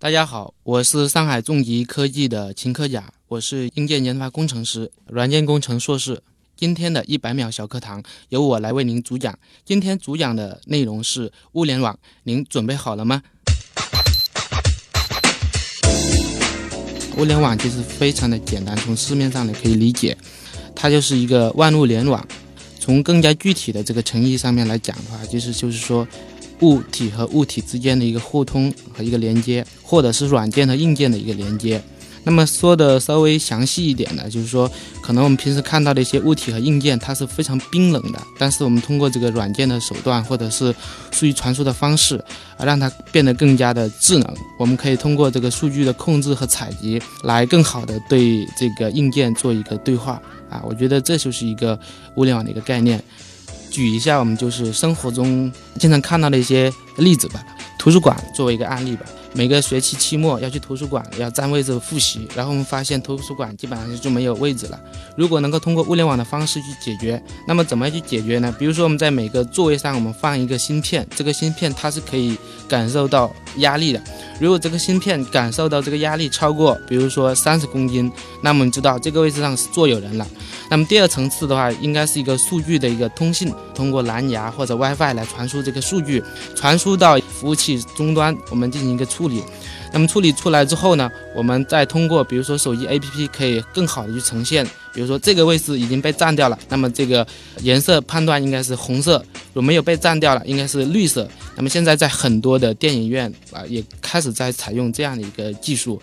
大家好，我是上海众仪科技的秦科甲，我是硬件研发工程师、软件工程硕士。今天的一百秒小课堂由我来为您主讲。今天主讲的内容是物联网，您准备好了吗？物联网其实非常的简单，从市面上呢可以理解，它就是一个万物联网。从更加具体的这个层义上面来讲的话，其实就是说。物体和物体之间的一个互通和一个连接，或者是软件和硬件的一个连接。那么说的稍微详细一点呢，就是说，可能我们平时看到的一些物体和硬件，它是非常冰冷的，但是我们通过这个软件的手段，或者是数据传输的方式，啊，让它变得更加的智能。我们可以通过这个数据的控制和采集，来更好的对这个硬件做一个对话。啊，我觉得这就是一个物联网的一个概念。举一下我们就是生活中经常看到的一些例子吧。图书馆作为一个案例吧，每个学期期末要去图书馆要占位置复习，然后我们发现图书馆基本上就没有位置了。如果能够通过物联网的方式去解决，那么怎么去解决呢？比如说我们在每个座位上我们放一个芯片，这个芯片它是可以感受到压力的。如果这个芯片感受到这个压力超过，比如说三十公斤，那么我们知道这个位置上是坐有人了。那么第二层次的话，应该是一个数据的一个通信，通过蓝牙或者 WiFi 来传输这个数据，传输到服务器终端，我们进行一个处理。那么处理出来之后呢，我们再通过比如说手机 APP 可以更好的去呈现，比如说这个位置已经被占掉了，那么这个颜色判断应该是红色；如果没有被占掉了，应该是绿色。那么现在在很多的电影院啊，也开始在采用这样的一个技术。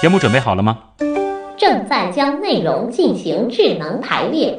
节目准备好了吗？正在将内容进行智能排列。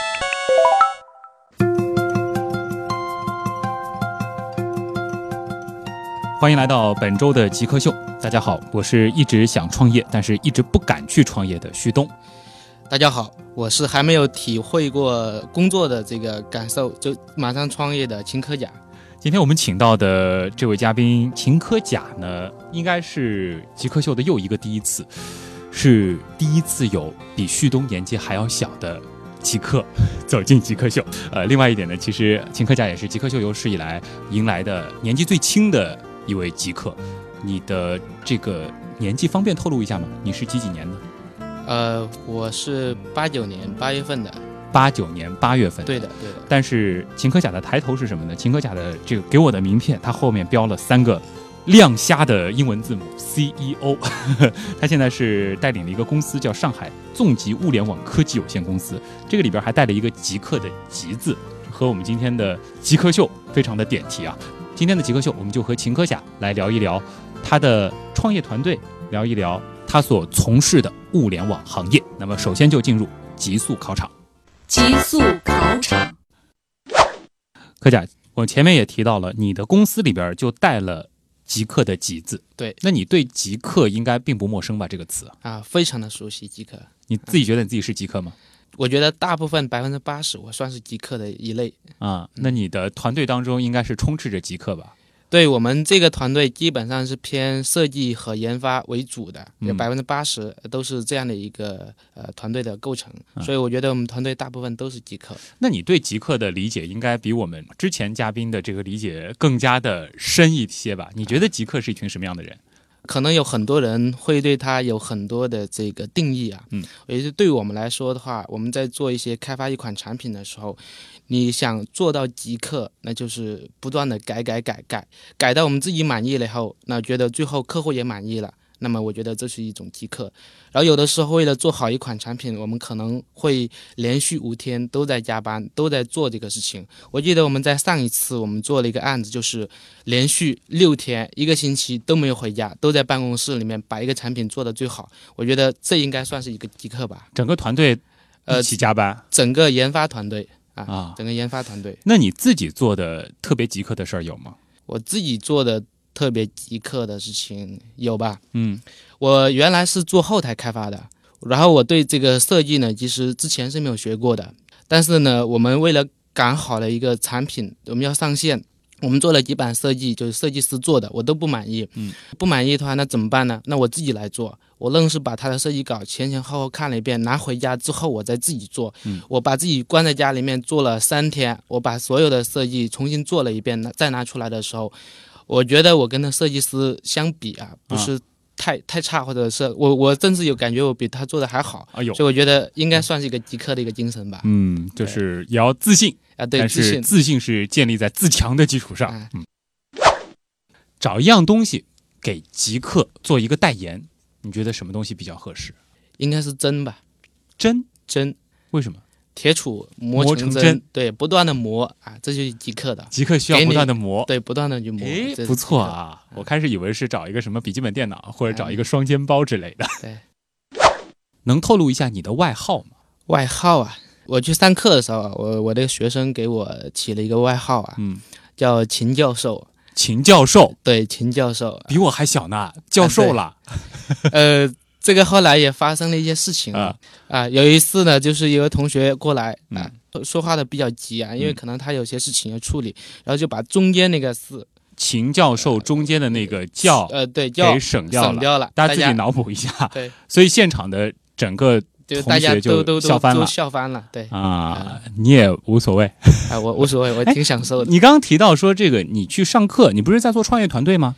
欢迎来到本周的极客秀，大家好，我是一直想创业，但是一直不敢去创业的旭东。大家好，我是还没有体会过工作的这个感受就马上创业的秦科甲。今天我们请到的这位嘉宾秦科甲呢，应该是极客秀的又一个第一次，是第一次有比旭东年纪还要小的极客走进极客秀。呃，另外一点呢，其实秦科甲也是极客秀有史以来迎来的年纪最轻的一位极客。你的这个年纪方便透露一下吗？你是几几年的？呃，我是八九年八月份的。八九年八月份。对的，对的。但是秦科甲的抬头是什么呢？秦科甲的这个给我的名片，它后面标了三个亮瞎的英文字母 CEO。他现在是带领了一个公司，叫上海纵极物联网科技有限公司。这个里边还带了一个极客的极字，和我们今天的极客秀非常的点题啊。今天的极客秀，我们就和秦科甲来聊一聊他的创业团队，聊一聊他所从事的物联网行业。那么，首先就进入极速考场。极速考场，科甲，我前面也提到了，你的公司里边就带了“极客”的“极”字。对那你对“极客”应该并不陌生吧？这个词，啊，非常的熟悉极客。你自己觉得你自己是极客吗？我觉得大部分百分之八十，我算是极客的一类。啊，那你的团队当中应该是充斥着极客吧？对我们这个团队基本上是偏设计和研发为主的，有嗯百分之八十都是这样的一个呃团队的构成，所以我觉得我们团队大部分都是极客。那你对极客的理解应该比我们之前嘉宾的这个理解更加的深一些吧？你觉得极客是一群什么样的人？可能有很多人会对它有很多的这个定义啊，嗯，也就是对我们来说的话，我们在做一些开发一款产品的时候，你想做到极客，那就是不断的改改改改，改到我们自己满意了以后，那觉得最后客户也满意了。那么我觉得这是一种极客，然后有的时候为了做好一款产品，我们可能会连续五天都在加班，都在做这个事情。我记得我们在上一次我们做了一个案子，就是连续六天一个星期都没有回家，都在办公室里面把一个产品做得最好。我觉得这应该算是一个极客吧。整个团队呃一起加班，整个研发团队啊，啊整个研发团队。那你自己做的特别极客的事儿有吗？我自己做的特别极客的事情有吧？嗯我原来是做后台开发的，然后我对这个设计呢，其实之前是没有学过的。但是呢，我们为了赶好了一个产品，我们要上线，我们做了几版设计，就是设计师做的，我都不满意。嗯，不满意的话，那怎么办呢？那我自己来做。我愣是把他的设计稿前前后后看了一遍，拿回家之后我再自己做。嗯，我把自己关在家里面做了三天，我把所有的设计重新做了一遍，拿再拿出来的时候，我觉得我跟那设计师相比啊，不是太、太差，或者是我我甚至有感觉我比他做的还好，啊有所以我觉得应该算是一个极客的一个精神吧。嗯，就是也要自信，啊，对，但自是信，自信是建立在自强的基础上哎。嗯，找一样东西给极客做一个代言，你觉得什么东西比较合适？应该是真吧，针？真。为什么？铁杵磨磨成成针对，不断的磨啊，这就是极客的，极客需要给你不断的磨。对，不断的去磨，诶这是不错极客，啊！我开始以为是找一个什么笔记本电脑，或者找一个双肩包之类的。对， 能透露一下你的外号吗？外号啊，我去上课的时候啊，我我的学生给我起了一个外号啊，嗯，叫秦教授，秦教授对，秦教授， 比我还小呢，啊教授了呃，这个后来也发生了一些事情啊啊、有一次呢，就是有个同学过来啊、嗯说话的比较急啊，因为嗯可能他有些事情要处理，然后就把中间那个字，秦教授中间的那个教呃，对，叫哦给省掉省了，掉了，大大家自己脑补一下。对，所以现场的整个就同大家学都就都笑都翻了都笑翻了，对，啊、啊啊，你也无所谓。我无所谓，我哎挺享受的。你刚刚提到说这个，你去上课，你不是在做创业团队吗？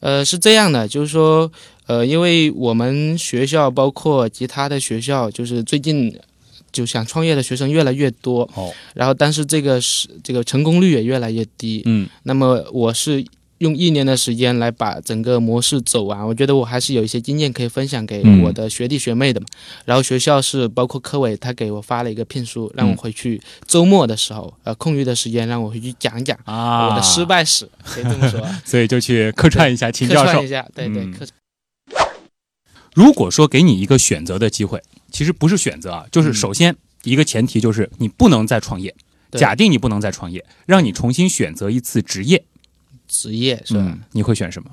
呃，是这样的，就是说，呃，因为我们学校包括其他的学校，就是最近就想创业的学生越来越多，哦，然后但是这个是这个成功率也越来越低。嗯那么我是用一年的时间来把整个模式走完，我觉得我还是有一些经验可以分享给嗯我的学弟学妹的嘛。然后学校是包括科委，他给我发了一个聘书，嗯让我回去周末的时候，呃，空余的时间让我回去讲讲啊，我的失，败史，可以这 么说。所以就去客串一下秦客教授串一。下，对对，嗯客串。如果说给你一个选择的机会，其实不是选择啊，就是首先一个前提就是你不能再创业，对假定你不能再创业，让你重新选择一次职业，职业是吧？嗯，你会选什么？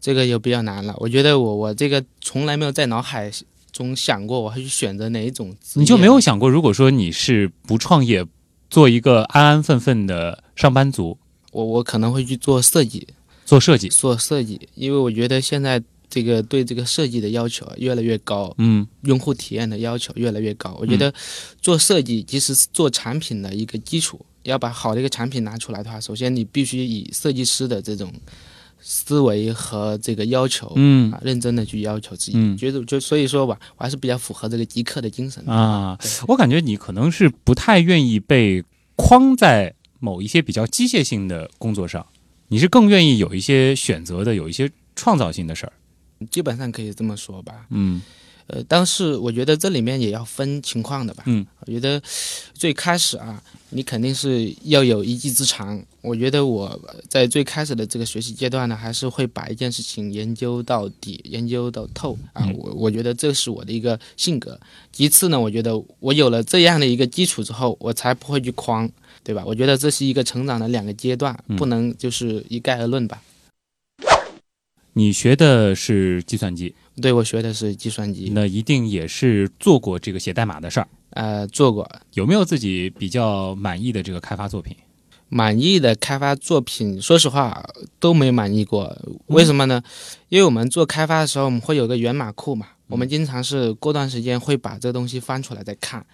这个就比较难了。我觉得我我这个从来没有在脑海中想过我会去选择哪一种职业，你就没有想过，如果说你是不创业，做一个安安分分的上班族，我我可能会去做设计，做设计，做设计，因为我觉得现在。这个对这个设计的要求啊越来越高，嗯用户体验的要求越来越高。我觉得做设计其实是做产品的一个基础，要把好的一个产品拿出来的话，首先你必须以设计师的这种思维和这个要求，嗯啊，认真的去要求自己，嗯觉得就所以说吧，我还是比较符合这个极客的精神的。啊对，我感觉你可能是不太愿意被框在某一些比较机械性的工作上，你是更愿意有一些选择的，有一些创造性的事儿。基本上可以这么说吧。嗯呃，但是我觉得这里面也要分情况的吧。嗯，我觉得最开始啊，你肯定是要有一技之长。我觉得我在最开始的这个学习阶段呢，还是会把一件事情研究到底，研究到透啊嗯。我我觉得这是我的一个性格。其次呢，我觉得我有了这样的一个基础之后，我才不会去框，对吧？我觉得这是一个成长的两个阶段，嗯不能就是一概而论吧。你学的是计算机，对我学的是计算机，那一定也是做过这个写代码的事儿。呃，做过有没有自己比较满意的这个开发作品？满意的开发作品，说实话都没满意过。为什么呢？因为我们做开发的时候，我们会有个源码库嘛，嗯我们经常是过段时间会把这东西翻出来再看。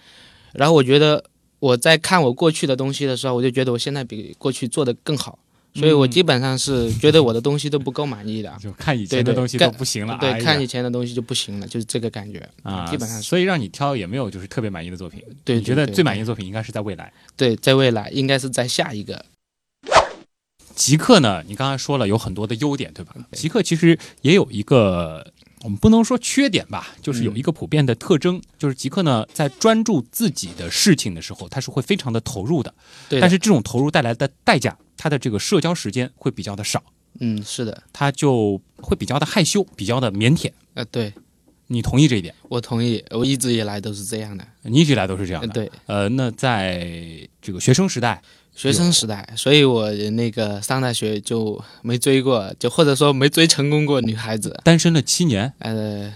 然后我觉得我在看我过去的东西的时候，我就觉得我现在比过去做的更好，所以嗯我基本上是觉得我的东西都不够满意的。就看以前的对对东西都干不 行了，哎对，呀看以前的东西就不行了，就是这个感觉啊，基本上是所以让你挑也没有就是特别满意的作品。对。你觉得对最满意的？作品应该是在未来。对，在未来应该是在下一个。极客呢，你刚才说了有很多的优点，对吧？对极客其实也有一个，我们不能说缺点吧，就是嗯有一个普遍的特征，就是极客呢在专注自己的事情的时候，他是会非常的投入的，对的，但是这种投入带来的代价，他的这个社交时间会比较的少，嗯，是的，他就会比较的害羞，比较的腼腆。呃，对，你同意这一点？我同意，我一直以来都是这样的。你一直以来都是这样嗯，的。对，嗯呃，那在这个学生时代，学生时代，所以我那个上大学就没追过，就或者说没追成功过女孩子。单身了七年，呃，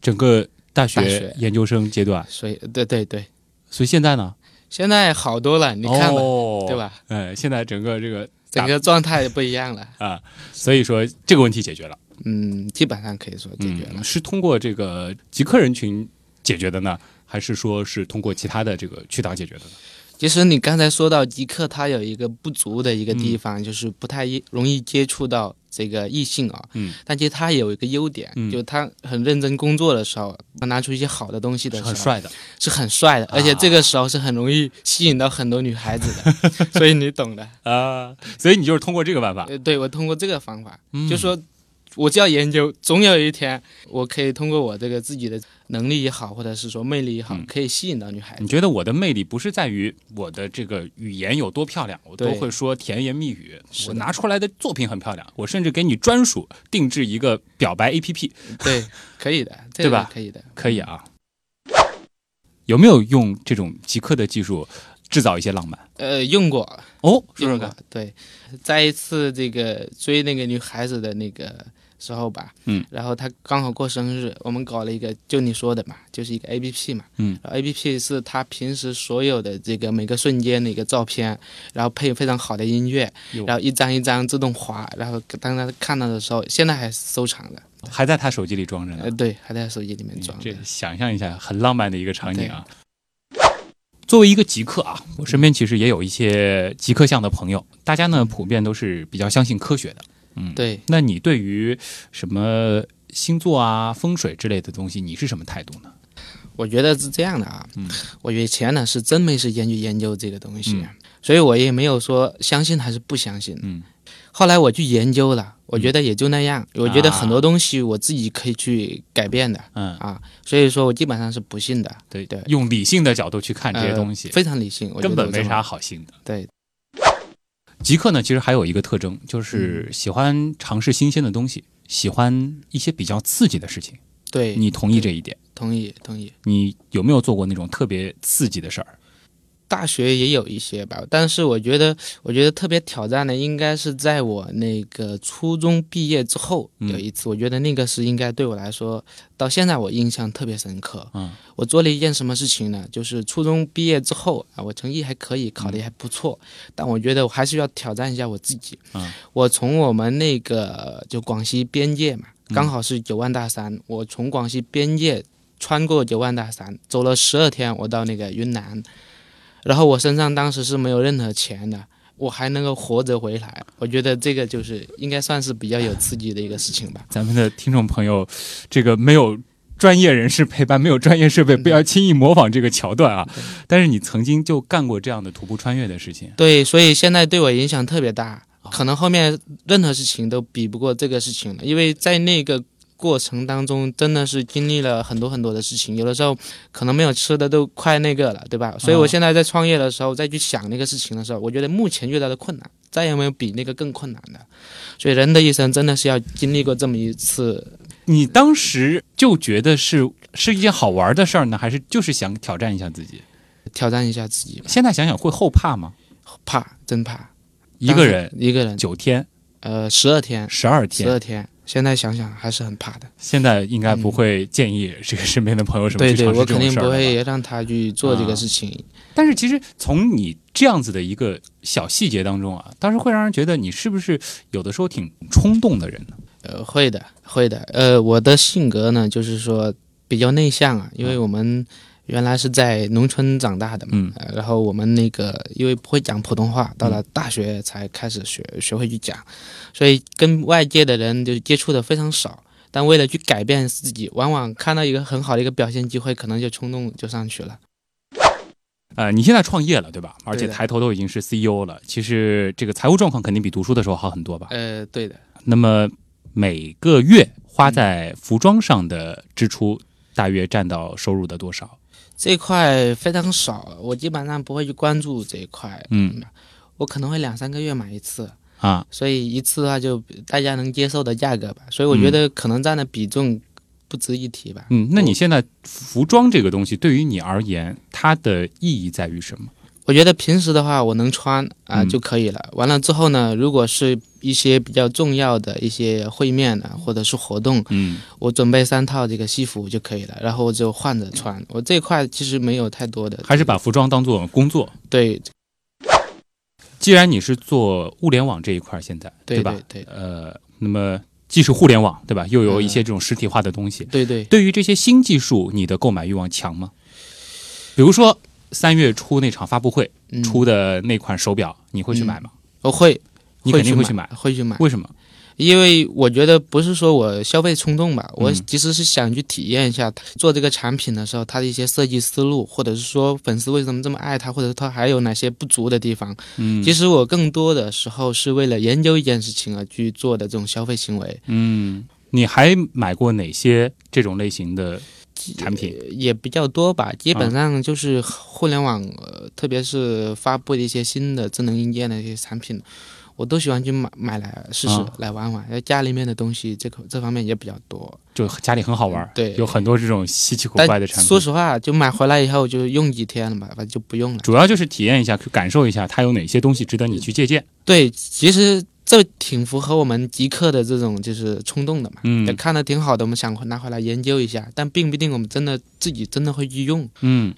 整个大大学学研究生阶段，所以对对对，所以现在呢？现在好多了，你看吧，哦、对？吧？呃，现在整个这个整个状态不一样了。啊，所以说这个问题解决了，嗯，基本上可以说解决了。嗯、是通过这个极客人群解决的呢，还是说是通过其他的这个渠道解决的呢？其实你刚才说到极客，它有一个不足的一个嗯地方，就是不太易容易接触到这个异性啊、嗯，但其实它也有一个优点，嗯就他很认真工作的时候，他拿出一些好的东西的是时候，很帅的，是很帅的，而且啊这个时候是很容易吸引到很多女孩子 的，所以你懂的。啊，所以你就是通过这个办法，呃，对我通过这个方法，嗯就说我就要研究，总有一天我可以通过我这个自己的能力也好，或者是说魅力也好，嗯可以吸引到女孩你子。觉得我的魅力不是在于我的这个语言有多漂亮，我都对会说甜言蜜语，是我的拿出来的作品很漂亮，我甚至给你专属定制一个表白 APP，对，可以的，这嗯 个对吧可以的。可以啊？有没有用这种极客的技术制造一些浪漫？呃，用过，哦，说说用看过，，对，在一次这个追那个女孩子的那个时候吧，嗯，然后她刚好过生日，我们搞了一个，就你说的嘛，就是一个 A P P 嘛，嗯，A P P 是她平时所有的这个每个瞬间的一个照片，然后配非常好的音乐哟，然后一张一张自动滑，然后当她看到的时候，现在还是收藏的，还在他手机里装着呢呃，。对，还在手机里面装啊哎这着，想象一下，很浪漫的一个场景啊。作为一个极客啊，我身边其实也有一些极客向的朋友，大家呢普遍都是比较相信科学的。对，那你对于什么星座啊、风水之类的东西，你是什么态度呢？我觉得是这样的啊，嗯我以前呢是真没时间去研究这个东西，嗯所以我也没有说相信还是不相信。嗯，后来我去研究了，我觉得也就那样，我觉得很多东西我自己可以去改变的嗯，啊，所以说我基本上是不信的，对对用理性的角度去看这些东西呃，非常理性，我觉根得本我这没么啥。好信的。对，极客呢，其实还有一个特征，嗯就是喜欢尝试新鲜的东西，喜欢一些比较刺激的事情。对，你同意这一点？同意同意。你有没有做过那种特别刺激的事儿？大学也有一些吧，但是我觉得，我觉得特别挑战的应该是在我那个初中毕业之后嗯有一次，我觉得那个是应该对我来说到现在我印象特别深刻。嗯，我做了一件什么事情呢？就是初中毕业之后啊，我成绩还可以，考得也还不错，但我觉得我还是要挑战一下我自己。嗯，我从我们那个就广西边界嘛，刚好是九万大山，我从广西边界穿过九万大山，走了十二天，我到那个云南，然后我身上当时是没有任何钱的。我还能够活着回来，我觉得这个就是应该算是比较有刺激的一个事情吧。咱们的听众朋友，这个没有专业人士陪伴，没有专业设备，不要轻易模仿这个桥段啊。但是你曾经就干过这样的徒步穿越的事情，对，所以现在对我影响特别大，哦可能后面任何事情都比不过这个事情了，因为在那个过程当中，真的是经历了很多很多的事情，有的时候可能没有吃的都快那个了，对吧？所以哦我现在在创业的时候，再去想那个事情的时候，我觉得目前遇到的困难，再也没有比那个更困难的。所以人的一生真的是要经历过这么一次，你当时就觉得是是一件好玩的事儿呢，还是就是想挑战一下自己？挑战一下自己吧，现在想想会后怕吗？怕真怕。一个人当时一个人，九天、呃，十二天，十二十天，二天，现在想想还是很怕的。现在应该不会建议这个身边的朋友什么对嗯对，去尝试我这肯种定事儿不了吧会让他去做这啊个事情。但是其实从你这样子的一个小细节当中啊，当时会让人觉得你是不是有的时候挺冲动的人呢？呃，会的，会的。呃，我的性格呢，就是说比较内向啊，因为我们原来是在农村长大的嘛，嗯呃然后我们那个因为不会讲普通话，到了大学才开始学学会去讲，所以跟外界的人就接触的非常少。但为了去改变自己，往往看到一个很好的一个表现机会，可能就冲动就上去了。呃，你现在创业了对吧？而且对的抬头都已经是 CEO 了，其实这个财务状况肯定比读书的时候好很多吧？呃，对的，那么每个月花在服装上的支出大约占到收入的多少？这块非常少，我基本上不会去关注这一块。嗯我可能会两三个月买一次，啊，所以一次的话就大家能接受的价格吧。所以我觉得可能占的比重不值一提吧。嗯，那你现在服装这个东西对于你而言，它的意义在于什么？我觉得平时的话，我能穿啊、嗯就可以了。完了之后呢，如果是一些比较重要的一些会面啊，或者是活动，嗯我准备三套这个西服就可以了，然后我就换着穿。我这块其实没有太多的，还是把服装当做工作。对既然你是做物联网这一块，现在对吧？对对呃，那么既是互联网，对吧？又有一些这种实体化的东西。对对，对于这些新技术，你的购买欲望强吗？比如说三月初那场发布会嗯，出的那款手表，你会去买吗？我会，你肯定会会去买会去买。为什么？因为我觉得不是说我消费冲动吧，我嗯其实是想去体验一下做这个产品的时候，它的一些设计思路，或者是说粉丝为什么这么爱它，或者是它还有哪些不足的地方。嗯其实我更多的时候是为了研究一件事情而啊去做的这种消费行为，嗯，你还买过哪些这种类型的产品？也比较多吧。基本上就是互联网，呃、特别是发布的一些新的智能硬件的一些产品。我都喜欢去买买来试试啊，来玩玩。呃家里面的东西，这个这方面也比较多。就家里很好玩，嗯对有很多这种稀奇古但怪的产品。说实话，就买回来以后就用几天了吧，反正就不用了。主要就是体验一下，去感受一下它有哪些东西值得嗯你去借鉴。对，其实这挺符合我们极客的这种就是冲动的嘛。嗯也看的挺好的，我们想拿回来研究一下，但并不一定我们真的自己真的会去用。嗯，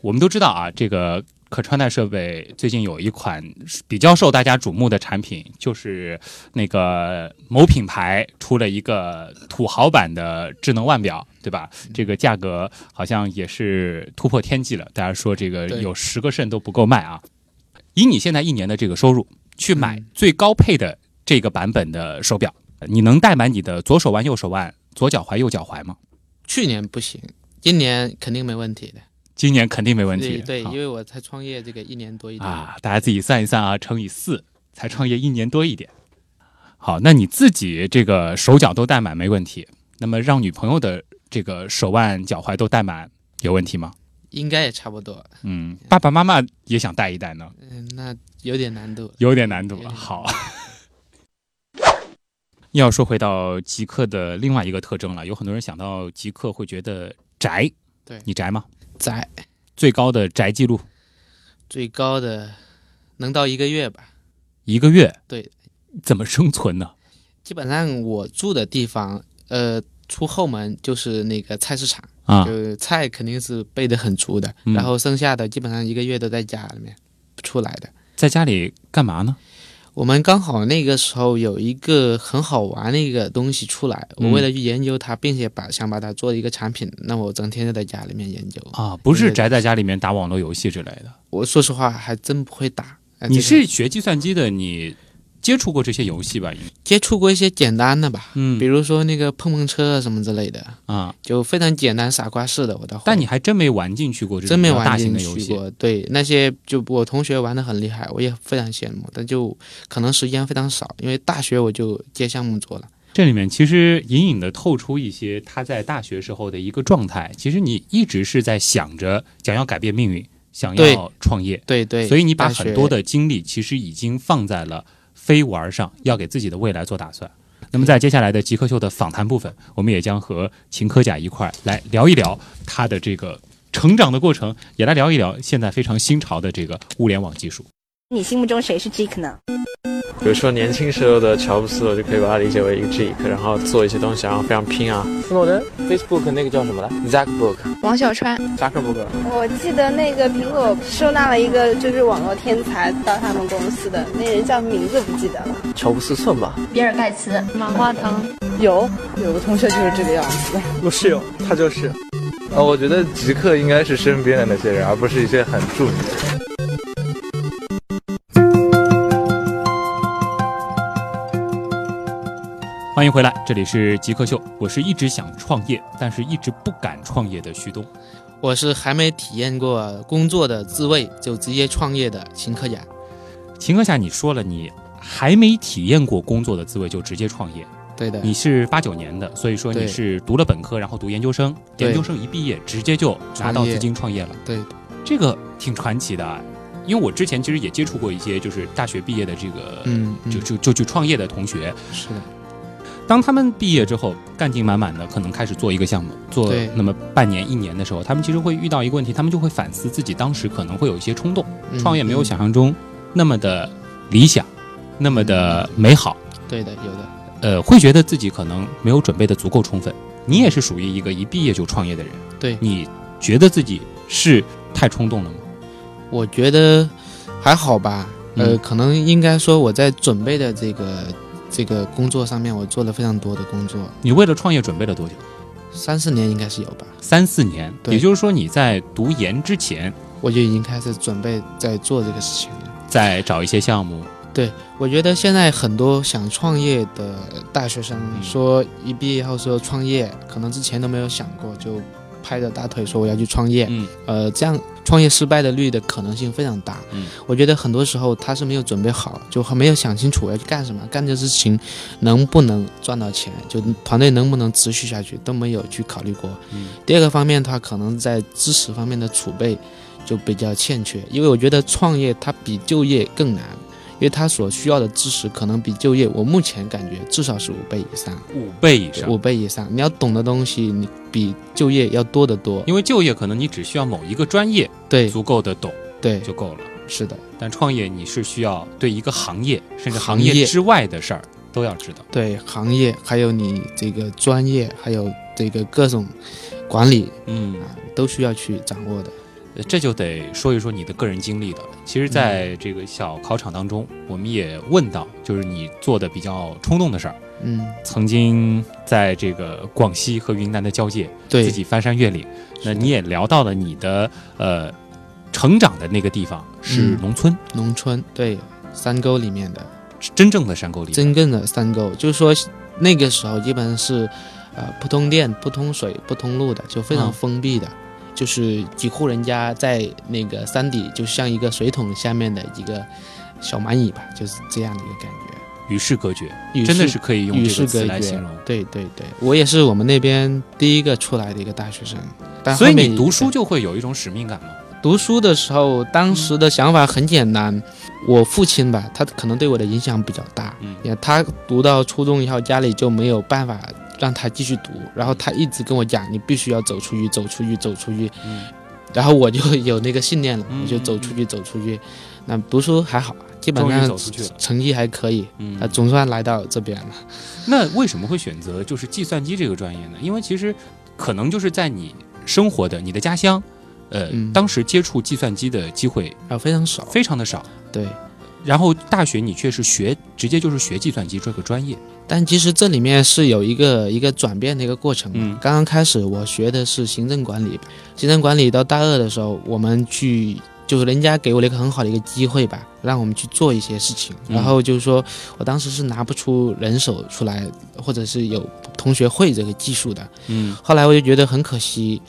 我们都知道啊，这个可穿戴设备最近有一款比较受大家瞩目的产品，就是那个某品牌出了一个土豪版的智能腕表，对吧？嗯这个价格好像也是突破天际了，大家说这个对有十个肾都不够卖啊。以你现在一年的这个收入去买嗯最高配的这个版本的手表，你能戴满你的左手腕、右手腕、左脚踝、右脚踝吗？去年不行，今年肯定没问题的。今年肯定没问题。啊对，对好因为我才创业这个一年多一点。啊，大家自己算一算啊，乘以四，才创业一年多一点。好，那你自己这个手脚都戴满没问题，那么让女朋友的这个手腕、脚踝都戴满有问题吗？应该也差不多。嗯，爸爸妈妈也想戴一戴呢，嗯，那有点难度。有点难度有了。点好， 要说回到极客的另外一个特征了，有很多人想到极客会觉得宅，对你宅吗？宅最高的宅记录最高的能到一个月吧。一个月，对，怎么生存呢？基本上我住的地方，呃，出后门就是那个菜市场，啊，就菜肯定是备的很足的，嗯然后剩下的基本上一个月都在家里面不出来的。在家里干嘛呢？我们刚好那个时候有一个很好玩的一个东西出来，嗯我为了去研究它，并且把想把它做一个产品，那我整天就在家里面研究。啊，不是对宅在家里面打网络游戏之类的。我说实话还真不会打。呃你这个是学计算机的，你接触过这些游戏吧？应该接触过一些简单的吧，比嗯如说那个碰碰车啊什么之类的，啊，就非常简单傻瓜式的我倒会。但你还真没玩进去过这种真没比较大玩型进的游去戏。过。对，那些就我同学玩的很厉害，我也非常羡慕，但就可能时间非常少，因为大学我就接项目做了。这里面其实隐隐的透出一些他在大学时候的一个状态。其实你一直是在想着想要改变命运，想对要创业，对对，所以你把大学很多的精力其实已经放在了非玩上，要给自己的未来做打算。那么在接下来的极客秀的访谈部分，我们也将和秦科甲一块儿来聊一聊他的这个成长的过程，也来聊一聊现在非常新潮的这个物联网技术。你心目中谁是 Jake 呢？比如说年轻时候的乔布斯，我就可以把它理解为一个 geek，然后做一些东西，然后非常拼啊。那么我的 Facebook 那个叫什么来？Zackbook，王小川，扎克伯格，我记得那个苹果收纳了一个就是网络天才到他们公司的那人叫名字不记得了。乔布斯算吧。比尔盖茨，马化腾，有有个同学就是这个样子。我室友，他就是。呃，我觉得极客应该是身边的那些人，而不是一些很著名的人。欢迎回来，这里是极客秀，我是一直想创业，但是一直不敢创业的旭东。我是还没体验过工作的滋味，就直接创业的秦科甲。秦科甲，你说了你还没体验过工作的滋味就直接创业，对的，你是八九年的，所以说你对是读了本科，然后读研究生，对研究生一毕业直接就拿到创业资金创业了，对，这个挺传奇的啊。因为我之前其实也接触过一些，就是大学毕业的这个，嗯，嗯就就就去创业的同学，是的，当他们毕业之后，干劲满满的，可能开始做一个项目，做对那么半年、一年的时候，他们其实会遇到一个问题，他们就会反思自己当时可能会有一些冲动，嗯创业没有嗯想象中那么的理想，那么的美好。对的，有的，呃，会觉得自己可能没有准备的足够充分。你也是属于一个一毕业就创业的人，对你觉得自己是太冲动了吗？我觉得还好吧。呃，嗯可能应该说我在准备的这个这个工作上面，我做了非常多的工作，你为了创业准备了多久？三四年应该是有吧。三四年，对也就是说你在读研之前，我就已经开始准备在做这个事情了。再找一些项目，我觉得现在很多想创业的大学生说一毕业后说创业，可能之前都没有想过，就拍着大腿说我要去创业。嗯，呃，这样创业失败的率的可能性非常大。嗯，我觉得很多时候他是没有准备好，就很没有想清楚我要去干什么，干这事情能不能赚到钱，就团队能不能持续下去都没有去考虑过。嗯、第二个方面，他可能在知识方面的储备就比较欠缺，因为我觉得创业它比就业更难。因为它所需要的知识可能比就业，我目前感觉至少是五倍以上，五倍以上五。倍以上。你要懂的东西，你比就业要多得多。因为就业可能你只需要某一个专业对足够的懂对，就够了，是的。但创业你是需要对一个行业甚至行行业业之外的事儿都要知道。对行业，还有你这个专业，还有这个各种管理嗯啊，都需要去掌握的。呃这就得说一说你的个人经历了。其实，嗯在这个小考场当中，我们也问到，就是你做的比较冲动的事儿，嗯，曾经在这个广西和云南的交界，对，自己翻山越岭。那是的你也聊到了你的呃成长的那个地方是嗯农村，农村对山沟里面的是真正的山沟里。真正的山沟，就是说那个时候基本上是呃不通电、不通水、不通路的，就非常嗯封闭的。就是几户人家在那个山底，就像一个水桶下面的一个小蚂蚁吧，就是这样的一个感觉。与世隔绝，与真的世是可以用与这个世词隔来绝形容。对对对，我也是我们那边第一个出来的一个大学生，但所以后面你读书对就会有一种使命感嘛。读书的时候，当时的想法很简单。我父亲吧，他可能对我的影响比较大，嗯也他读到初中以后，家里就没有办法让他继续读，然后他一直跟我讲，你必须要走出去，走出去，走出去。嗯然后我就有那个信念了，嗯我就走出去，走出去。那读书还好，基本终于上走出去了成绩还可以，嗯啊，总算来到这边了。那为什么会选择就是计算机这个专业呢？因为其实可能就是在你生活的你的家乡，呃，嗯当时接触计算机的机会啊，非常少，非常的少。对。然后大学你却是学直接就是学计算机这个专业，但其实这里面是有一个一个转变的一个过程嘛。嗯刚刚开始我学的是行政管理，行政管理到大二的时候，我们去就是人家给我了一个很好的一个机会吧，让我们去做一些事情。嗯然后就是说我当时是拿不出人手出来，或者是有同学会这个技术的。嗯，后来我就觉得很可惜，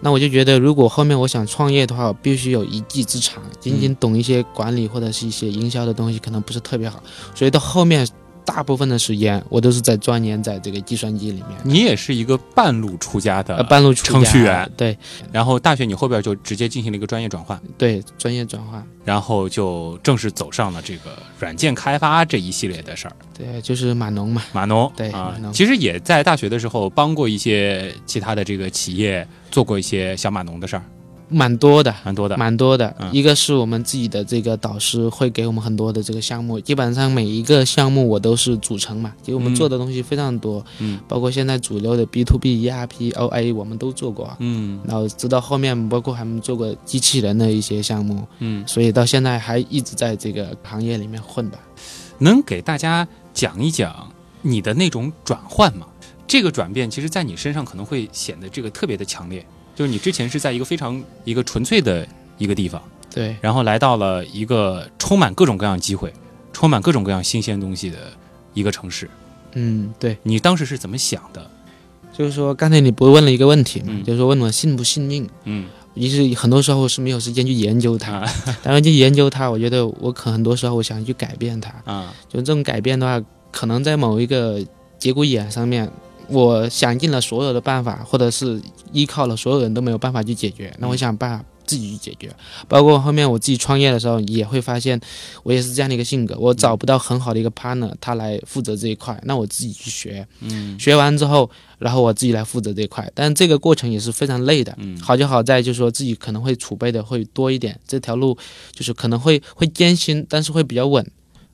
那我就觉得如果后面我想创业的话，我必须有一技之长，仅嗯仅懂一些管理或者是一些营销的东西，可能不是特别好。所以到后面大部分的时间，我都是在钻研在这个计算机里面，你也是一个半路出家的呃，半路出家嗯程序员，对然后大学你后边就直接进行了一个专业转换，对，专业转化，然后就正式走上了这个软件开发这一系列的事儿。对，就是码农嘛，码农对啊码，农其实也在大学的时候帮过一些其他的这个企业做过一些小码农的事儿，蛮多的。蛮多的。蛮多的嗯，一个是我们自己的这个导师会给我们很多的这个项目，基本上每一个项目我都是组成嘛，其实我们嗯做的东西非常多，嗯包括现在主流的 B to B、ERP、OA E 我们都做过，嗯然后直到后面包括还们做过机器人的一些项目，嗯，所以到现在还一直在这个行业里面混吧。能给大家讲一讲你的那种转换吗？这个转变其实在你身上可能会显得这个特别的强烈，就是你之前是在一个非常一个纯粹的一个地方，对，然后来到了一个充满各种各样机会、充满各种各样新鲜东西的一个城市，嗯，对，你当时是怎么想的？就是说刚才你不是问了一个问题嘛，嗯就是说问我信不信命，嗯其实很多时候是没有时间去研究它，啊当然去研究它，我觉得我可很多时候我想去改变它，啊，就这种改变的话，可能在某一个节骨眼上面，嗯我想尽了所有的办法，或者是依靠了所有人都没有办法去解决。那我想办法自己去解决。包括后面我自己创业的时候，也会发现我也是这样的一个性格，我找不到很好的一个 partner，他来负责这一块，那我自己去学，嗯，学完之后，然后我自己来负责这一块。但这个过程也是非常累的，嗯好就好在就是说自己可能会储备的会多一点，这条路就是可能会会艰辛，但是会比较稳。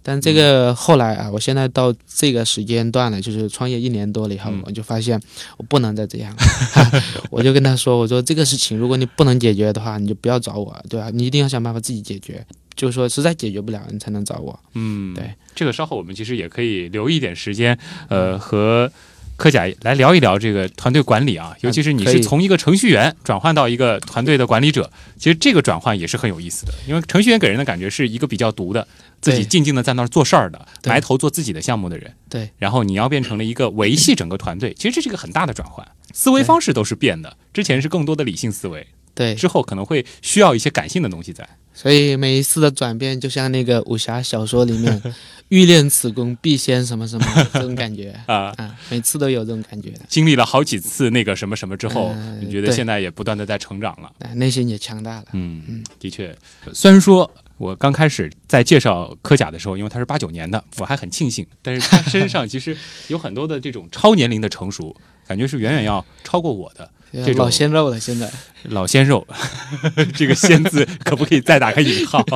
但这嗯个后来啊，我现在到这个时间段了，就是创业一年多了以后，嗯我就发现我不能再这样了， 我就跟他说，我说这个事情如果你不能解决的话，你就不要找我，对吧？你一定要想办法自己解决，就是说实在解决不了，你才能找我。嗯，对，这个稍后我们其实也可以留一点时间，嗯呃，和柯甲来聊一聊这个团队管理啊，尤其是嗯你可是以从一个程序员转换到一个团队的管理者，其实这个转换也是很有意思的，因为程序员给人的感觉是一个比较独的，自己对静静的在那儿做事儿的，对埋头做自己的项目的人，对，然后你要变成了一个维系整个团 队，其实这是一个很大的转换，思维方式都是变的，之前是更多的理性思维，对，之后可能会需要一些感性的东西在，所以每一次的转变，就像那个武侠小说里面 “欲练此功，必先什么什么”这种感觉啊啊，每次都有这种感觉的。经历了好几次那个什么什么之后，嗯你觉得对现在也不断的在成长了。哎，内心也强大了。嗯，的确，虽然说。我刚开始在介绍科甲的时候，因为他是八九年的，我还很庆幸。但是他身上其实有很多的这种超年龄的成 熟，感觉是远远要超过我的这种老鲜肉了，现在老鲜肉。 这个“鲜”字可不可以再打个引 号？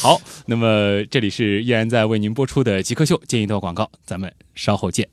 好，那么这里是依然在为您播出的《极客秀》，接一段广告，咱们稍后见。